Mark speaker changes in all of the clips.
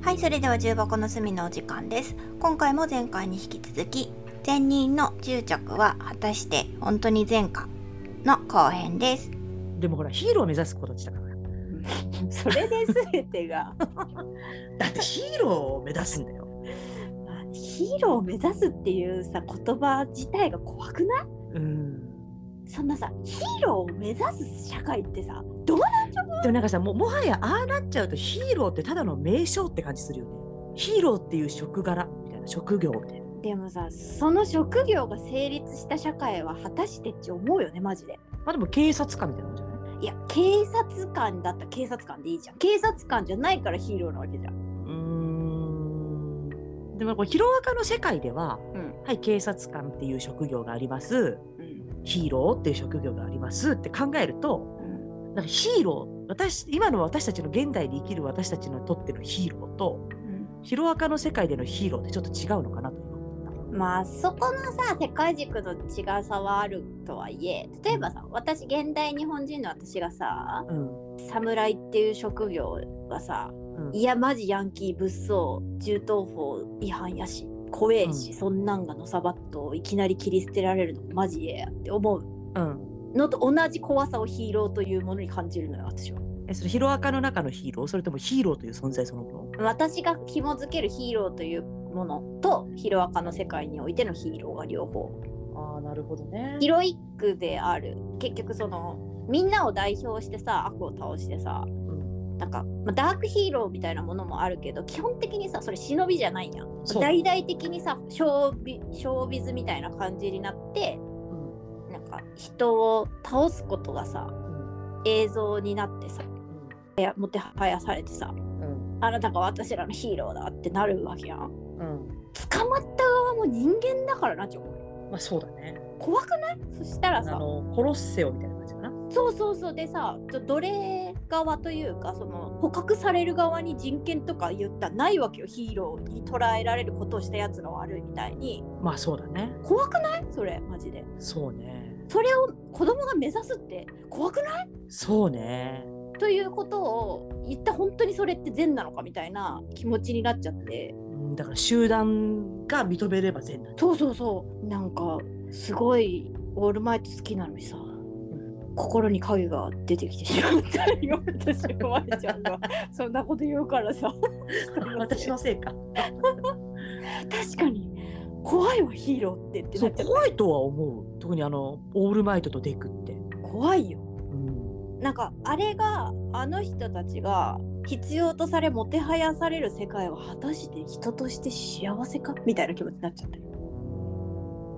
Speaker 1: はいそれでは重箱の隅のお時間です今回も前回に引き続き前任の執着は果たして本当に善かの後編です
Speaker 2: でもほらヒーローを目指す子たちだから
Speaker 3: それで全てが
Speaker 2: だってヒーローを目指すんだよ、
Speaker 3: まあヒーローを目指すっていうさ言葉自体が怖くない
Speaker 2: うん、
Speaker 3: そんなさヒーローを目指す社会ってさどうな
Speaker 2: でもなんかさもうもはやああなっちゃうとヒーローってただの名称って感じするよねヒーローっていう職柄みたいな職業みたいな
Speaker 3: でもさその職業が成立した社会は果たしてって思うよねマジで
Speaker 2: まあでも警察官みたいなもんじゃない
Speaker 3: いや警察官だったら警察官でいいじゃん警察官じゃないからヒーローなわけじゃん
Speaker 2: うーんでもこうヒロアカの世界では、
Speaker 3: うん
Speaker 2: はい警察官っていう職業がありますヒーローっていう職業がありますって考えると
Speaker 3: うん
Speaker 2: なんかヒーロー私今の私たちの現代で生きる私たちのとってのヒーローとヒロアカの世界でのヒーローってちょっと違うのかなと
Speaker 3: まあそこのさ世界軸の違さはあるとはいえ例えばさ私現代日本人の私がさ
Speaker 2: うん
Speaker 3: 侍っていう職業がさ
Speaker 2: うん
Speaker 3: いやマジヤンキー物騒銃刀法違反やし怖えし、
Speaker 2: うん
Speaker 3: そんなんがのさばっといきなり切り捨てられるのマジえやって思う
Speaker 2: うん
Speaker 3: のと同じ怖さをヒーローというものに感じるのよ私は
Speaker 2: えそれヒロアカの中のヒーローそれともヒーローという存在そのもの
Speaker 3: 私が紐づけるヒーローというものとヒロアカの世界においてのヒーローが両方
Speaker 2: ああなるほどね
Speaker 3: ヒロイックである結局そのみんなを代表してさ悪を倒してさなんか、まあダークヒーローみたいなものもあるけど基本的にさそれ忍びじゃないやん
Speaker 2: そう
Speaker 3: 大々的にさショービショービズみたいな感じになっ
Speaker 2: う
Speaker 3: て
Speaker 2: ん
Speaker 3: なんか人を倒すことがさ映像になってさいやもてはやされてさ
Speaker 2: うん
Speaker 3: あなたが私らのヒーローだってなるわけやん
Speaker 2: うん
Speaker 3: 捕まった側も人間だからなって思うよ
Speaker 2: まあそうだね
Speaker 3: 怖くないそしたら
Speaker 2: あ
Speaker 3: さ
Speaker 2: のコロッセオみたいな感じかな
Speaker 3: そうそうそうでさちょ奴隷側というかその捕獲される側に人権とか言ったらないわけよヒーローに捉えられることをしたやつが悪いみたいに
Speaker 2: まあそうだね
Speaker 3: 怖くないそれマジで
Speaker 2: そうね
Speaker 3: それを子供が目指すって怖くない
Speaker 2: そうね
Speaker 3: ということを言った本当にそれって善なのかみたいな気持ちになっちゃって
Speaker 2: うんだから集団が認めれば善だね
Speaker 3: そうそうそうなんかすごいオールマイト好きなのにさ心に影が出てきてしまったよ私はまちゃんがそんなこと言うからさ
Speaker 2: 私のせいか
Speaker 3: 確かに怖いわヒーローってって
Speaker 2: そ
Speaker 3: な
Speaker 2: う
Speaker 3: っちゃ
Speaker 2: 怖いとは思う特にあのオールマイトとデクって、
Speaker 3: う怖いよ
Speaker 2: うん、
Speaker 3: なんかあれがあの人たちが必要とされもてはやされる世界は果たして人として幸せかみたいな気持ちになっちゃって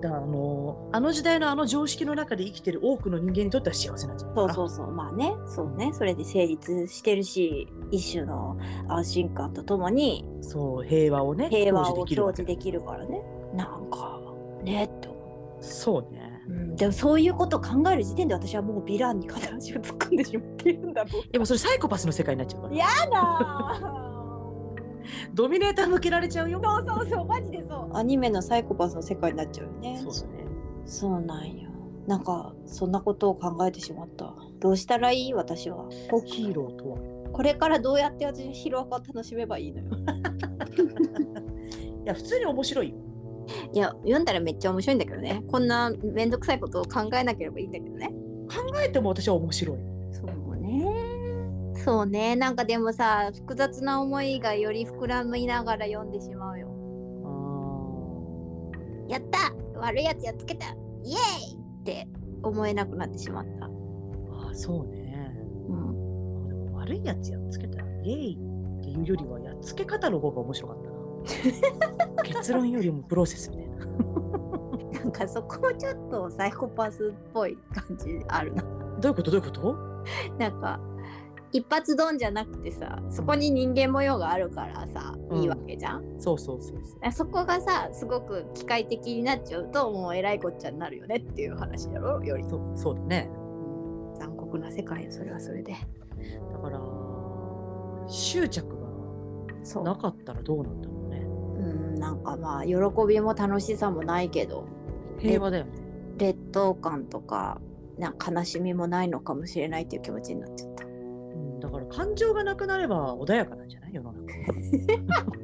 Speaker 2: だからあのあの時代のあの常識の中で生きてる多くの人間にとっては幸せなんじゃないか
Speaker 3: そ
Speaker 2: な
Speaker 3: うそうそうまあねそうねそれで成立してるし一種の安心感とともに
Speaker 2: そう平和をね
Speaker 3: 平和を
Speaker 2: 享受できる
Speaker 3: 享
Speaker 2: わけ
Speaker 3: 受できるからねなんかねって思う
Speaker 2: そうね
Speaker 3: うん、でもそういうことを考える時点で私はもうヴィランに片足を突っ込んでしまっているんだろう
Speaker 2: でもそれサイコパスの世界になっちゃうから
Speaker 3: いやだ
Speaker 2: ドミネーター向けられちゃうよ
Speaker 3: そうそうそうマジでそうアニメのサイコパスの世界になっちゃうよね
Speaker 2: そうだね
Speaker 3: そうなんよなんかそんなことを考えてしまったどうしたらいい私はこ
Speaker 2: ヒーローとは
Speaker 3: これからどうやって私のヒロアカを楽しめばいいのよ
Speaker 2: いや普通に面白いよ
Speaker 3: いや読んだらめっちゃ面白いんだけどねこんなめんどくさいことを考えなければいいんだけどね
Speaker 2: 考えても私は面白い
Speaker 3: そうね。そうね。なんかでもさ、複雑な思いがより膨らみながら読んでしまうよ。やった悪いやつやっつけたイエーイって思えなくなってしまった。
Speaker 2: ああそうね
Speaker 3: うん。
Speaker 2: でも悪いやつやっつけたらイエイっていうよりはやっつけ方の方が面白かったな結論よりもプロセスみたいな
Speaker 3: なんかそこもちょっとサイコパスっぽい感じあるな。
Speaker 2: どういうことどういうこと
Speaker 3: なんか、一発ドンじゃなくてさ、そこに人間模様があるからさ、
Speaker 2: うん
Speaker 3: いいわけじゃん。
Speaker 2: そうそうそうそう
Speaker 3: そこがさ、すごく機械的になっちゃうと、もうえらいこっちゃになるよねっていう話だろ、より。
Speaker 2: そうそうだね
Speaker 3: 残酷な世界よそれはそれで
Speaker 2: だから執着
Speaker 3: そ
Speaker 2: がなかったらどうなんだろうね
Speaker 3: うんなんかまあ喜びも楽しさもないけど
Speaker 2: 平和だよね
Speaker 3: 劣等感とかなんか悲しみもないのかもしれないっていう気持ちになっちゃった
Speaker 2: うんだから感情がなくなれば穏やかなんじゃない世の中。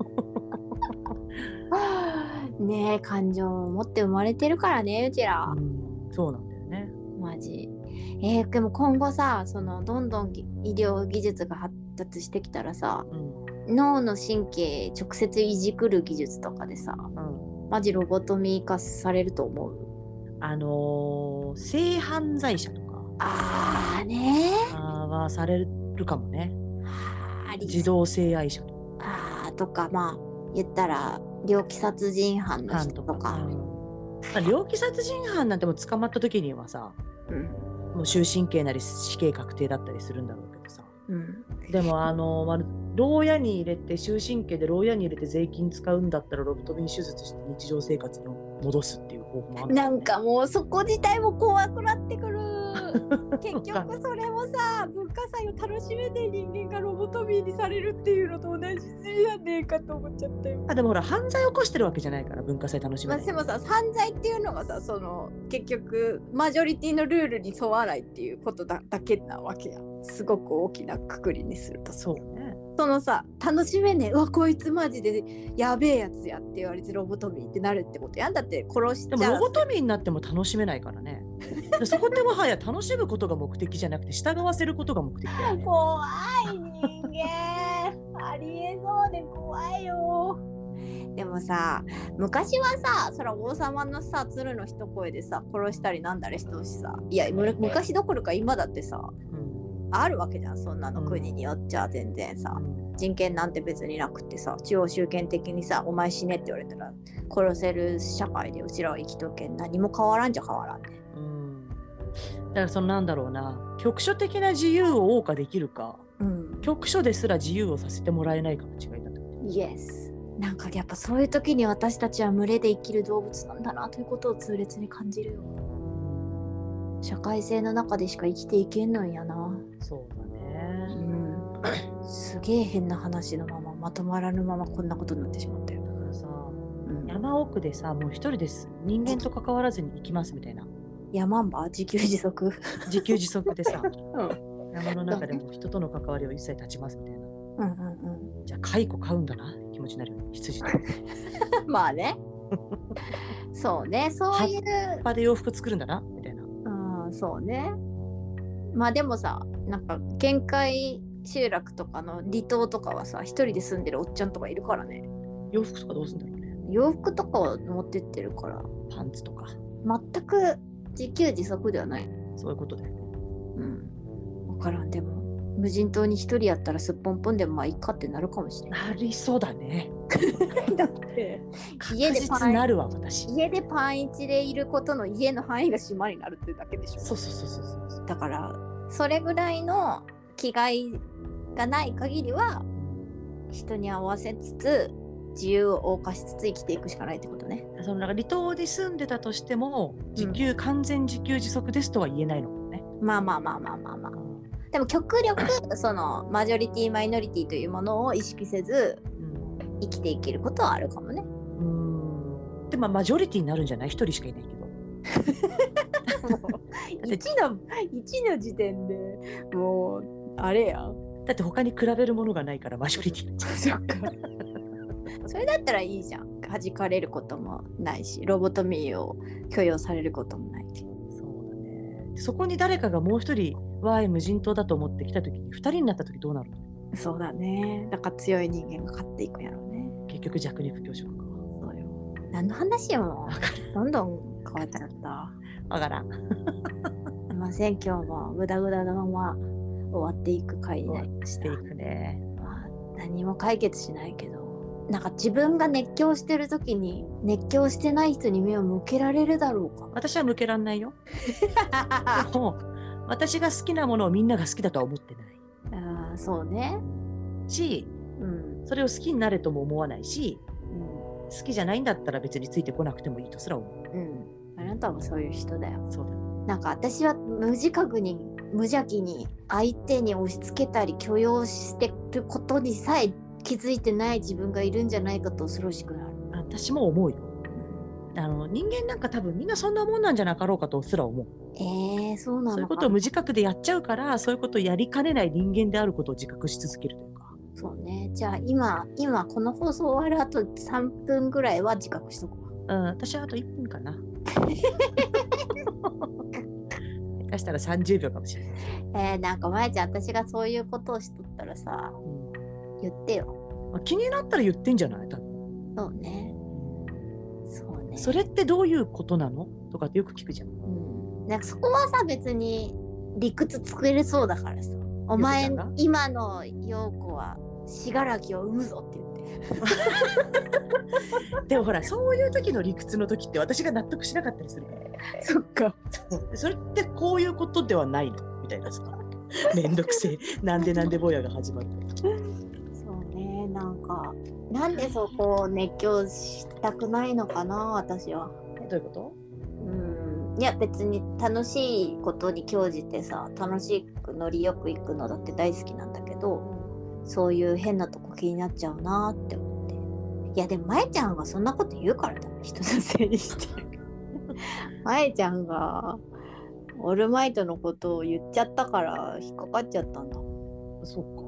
Speaker 3: ねえ感情を持って生まれてるからねうちら
Speaker 2: うんそうなんだよね。
Speaker 3: マジえーでも今後さそのどんどんぎ医療技術が発達してきたらさ
Speaker 2: うん
Speaker 3: 脳の神経直接いじくる技術とかでさ
Speaker 2: うん
Speaker 3: マジロボトミー化されると思う
Speaker 2: あのー性犯罪者とか
Speaker 3: あーね
Speaker 2: あーはされるかもね。
Speaker 3: ーあー
Speaker 2: 児童性愛者とか
Speaker 3: あーとかまあ言ったら猟奇殺人犯の人
Speaker 2: と
Speaker 3: と
Speaker 2: か。
Speaker 3: か
Speaker 2: うんまあ猟奇殺人犯なんてもう捕まった時にはさ
Speaker 3: うん
Speaker 2: もう終身刑なり死刑確定だったりするんだろうけどさ
Speaker 3: うん
Speaker 2: でもあ の、まあ、牢屋に入れて終身刑で牢屋に入れて税金使うんだったらロボトミー手術して日常生活に戻すっていう方法もある
Speaker 3: なん
Speaker 2: ね
Speaker 3: かもうそこ自体も怖くなって くる結局それもさ文化祭を楽しめない人間がロボトミーにされるっていうのと同じじゃねえかと思っちゃったよ。
Speaker 2: あでもほら犯罪起こしてるわけじゃないから文化祭楽しめ
Speaker 3: まあ、
Speaker 2: ない
Speaker 3: でもさ犯罪っていうのがさその結局マジョリティのルールに沿わないっていうことだだけなわけやすごく大きなくくりにすると
Speaker 2: そうね
Speaker 3: そのさ楽しめねえうわこいつマジでやべえやつやって言われてロボトミーってなるってことやんだって殺し
Speaker 2: で
Speaker 3: ち
Speaker 2: も
Speaker 3: ゃ
Speaker 2: ロボ
Speaker 3: う
Speaker 2: トミーになっても楽しめないからねでそこってもはや楽しむことが目的じゃなくて従わせることが目的だよね
Speaker 3: 怖い人間ありえそうで怖いよでもさ昔はさそら王様のさ鶴の一声でさ殺したりなんだりしてほしさいやむ昔どころか今だってさ
Speaker 2: うん
Speaker 3: あるわけじゃんそんなの
Speaker 2: うん
Speaker 3: 国によっちゃ全然さ、
Speaker 2: うん
Speaker 3: 人権なんて別になくてさ中央集権的にさお前死ねって言われたら殺せる社会でうちらは生きとけん何も変わらんじゃ変わらんね
Speaker 2: うんだからそのなんだろうな局所的な自由を謳歌できるか
Speaker 3: うん
Speaker 2: 局所ですら自由をさせてもらえないかの違いだと
Speaker 3: イエスなんかやっぱそういう時に私たちは群れで生きる動物なんだなということを痛烈に感じるよ社会性の中でしか生きていけんのんやな
Speaker 2: そうだ
Speaker 3: う
Speaker 2: ね。
Speaker 3: んすげえ変な話のまままとまらぬままこんなことになってしまったよ、
Speaker 2: だからさ、
Speaker 3: うん、
Speaker 2: 山奥でさ、もう一人です。人間と関わらずに行きますみたいな。
Speaker 3: 山んば自給自足
Speaker 2: 自給自足で さ、
Speaker 3: ん
Speaker 2: 山の中でも人との関わりを一切断ちますみたいな。
Speaker 3: うんうん
Speaker 2: じゃあ、蚕飼うんだな、気持ちになるよね。羊と。葉
Speaker 3: うん まあねそうねそういう
Speaker 2: っぱで洋服作るんだな、みたいな。
Speaker 3: うんそうねまあでもさなんか限界集落とかの離島とかはさ一人で住んでるおっちゃんとかいるからね
Speaker 2: 洋服とかどうすんだろうね。
Speaker 3: 洋服とかを持ってってるから
Speaker 2: パンツとか。
Speaker 3: 全く自給自足ではない
Speaker 2: そういうことで。
Speaker 3: うん分からんでも無人島に一人やったらすっぽんぽんでもまあいっかってなるかもし れない
Speaker 2: なりそうだね。
Speaker 3: だって家
Speaker 2: 確
Speaker 3: でパ
Speaker 2: 実
Speaker 3: ン
Speaker 2: なるわ、私。
Speaker 3: 家でパンイチでいることの家の範囲が島になるってだけでしょ
Speaker 2: そうそうそうそうそう。
Speaker 3: だからそれぐらいの気概がない限りは人に合わせつつ自由を謳歌しつつ生きていくしかないってことね
Speaker 2: そのなんか離島に住んでたとしても、自給、完全自給自足ですとは言えないのもね。
Speaker 3: まあまあまあまあまあまあでも極力そのマジョリティマイノリティというものを意識せず
Speaker 2: うん
Speaker 3: 生きていけることはあるかもね
Speaker 2: うーんでまあマジョリティになるんじゃない一人しかいないけど
Speaker 3: 1の一の時点でもうあれやん
Speaker 2: だって他に比べるものがないからマジョリティになっちゃ
Speaker 3: そっかそれだったらいいじゃん弾かれることもないしロボトミーを許容されることもないけど
Speaker 2: うそうだねそこに誰かがもう一人わーい無人島だと思ってきた時に二人になった時どうなるの
Speaker 3: そうだね。だから強い人間が勝っていくやろうね。
Speaker 2: 結局弱肉強食か
Speaker 3: そうよ。何の話よも
Speaker 2: わ
Speaker 3: う。どんどん変わっちゃった。
Speaker 2: わからん
Speaker 3: すいません、今日もぐだぐだのまま終わっていく回になりまし
Speaker 2: したてい。くね
Speaker 3: まあ、何も解決しないけど。なんか自分が熱狂してる時に熱狂してない人に目を向けられるだろ う
Speaker 2: 私は向けらんないよ
Speaker 3: かあ
Speaker 2: でも私が好きなものをみんなが好きだとは思ってない
Speaker 3: ーそうね
Speaker 2: し
Speaker 3: うん、
Speaker 2: それを好きになれとも思わないし
Speaker 3: うん
Speaker 2: 好きじゃないんだったら別についてこなくてもいいとすら思う
Speaker 3: うん、あなたもそういう人だよ
Speaker 2: そうだね
Speaker 3: なんか私は無自覚に無邪気に相手に押し付けたり許容してることにさえ気づいてない自分がいるんじゃないかと恐ろしくなる。
Speaker 2: 私も思うよあの人間なんか多分みんなそんなもんなんじゃなかろうかとすら思う
Speaker 3: えー、そうなのか
Speaker 2: そういうことを無自覚でやっちゃうからそういうことをやりかねない人間であることを自覚し続けるというか
Speaker 3: そうねじゃあ今今この放送終わるあと3分ぐらいは自覚しとこう
Speaker 2: うん、私はあと1分かな。下手したら30秒かもしれない。
Speaker 3: えー、なんか前ちゃん私がそういうことをしとったらさ
Speaker 2: うん
Speaker 3: 言ってよ
Speaker 2: まあ、気になったら言ってんじゃない多分
Speaker 3: そうねそうね
Speaker 2: それってどういうことなのとかってよく聞くじゃん。
Speaker 3: うん、なんかそこはさ別に理屈作れそうだからさお前
Speaker 2: 陽子ちゃんが
Speaker 3: 今の陽子は信楽を産むぞって言って
Speaker 2: でもほらそういう時の理屈の時って私が納得しなかったりするから
Speaker 3: そっか
Speaker 2: それってこういうことではないのみたい なさ。めんどくせえ。なんでなんで坊やが始まる。
Speaker 3: そうねなんかなんでそこを熱狂したくないのかな私は
Speaker 2: どういうこと
Speaker 3: うんいや別に楽しいことに興じてさ楽しくノリよく行くのだって大好きなんだけどそういう変なとこ気になっちゃうなって思っていやでもまえちゃんがそんなこと言うからだ人のせいにして るまえちゃんがオールマイトのことを言っちゃったから引っかかっちゃったんだ
Speaker 2: そうか。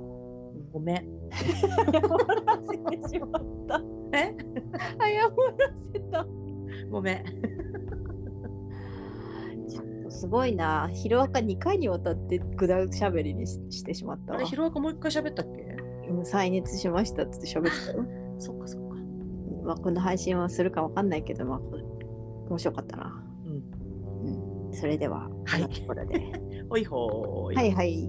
Speaker 2: ごめん。
Speaker 3: 謝らせてしまった
Speaker 2: え
Speaker 3: 謝らせた
Speaker 2: ごめん。
Speaker 3: ちょっとすごいなヒロアカ2回にわたってぐだしゃべりにししてしまった
Speaker 2: あ
Speaker 3: わ
Speaker 2: れ、ヒロアカもう一回喋ったっけ
Speaker 3: うん再熱しましたっつって喋ってたよ。
Speaker 2: そっかそっか。
Speaker 3: まあこの配信はするかわかんないけど、まあこれ面白かったな。
Speaker 2: うん。
Speaker 3: うん、それでは、
Speaker 2: はい
Speaker 3: こんなところで。
Speaker 2: おいほーい。
Speaker 3: はいはい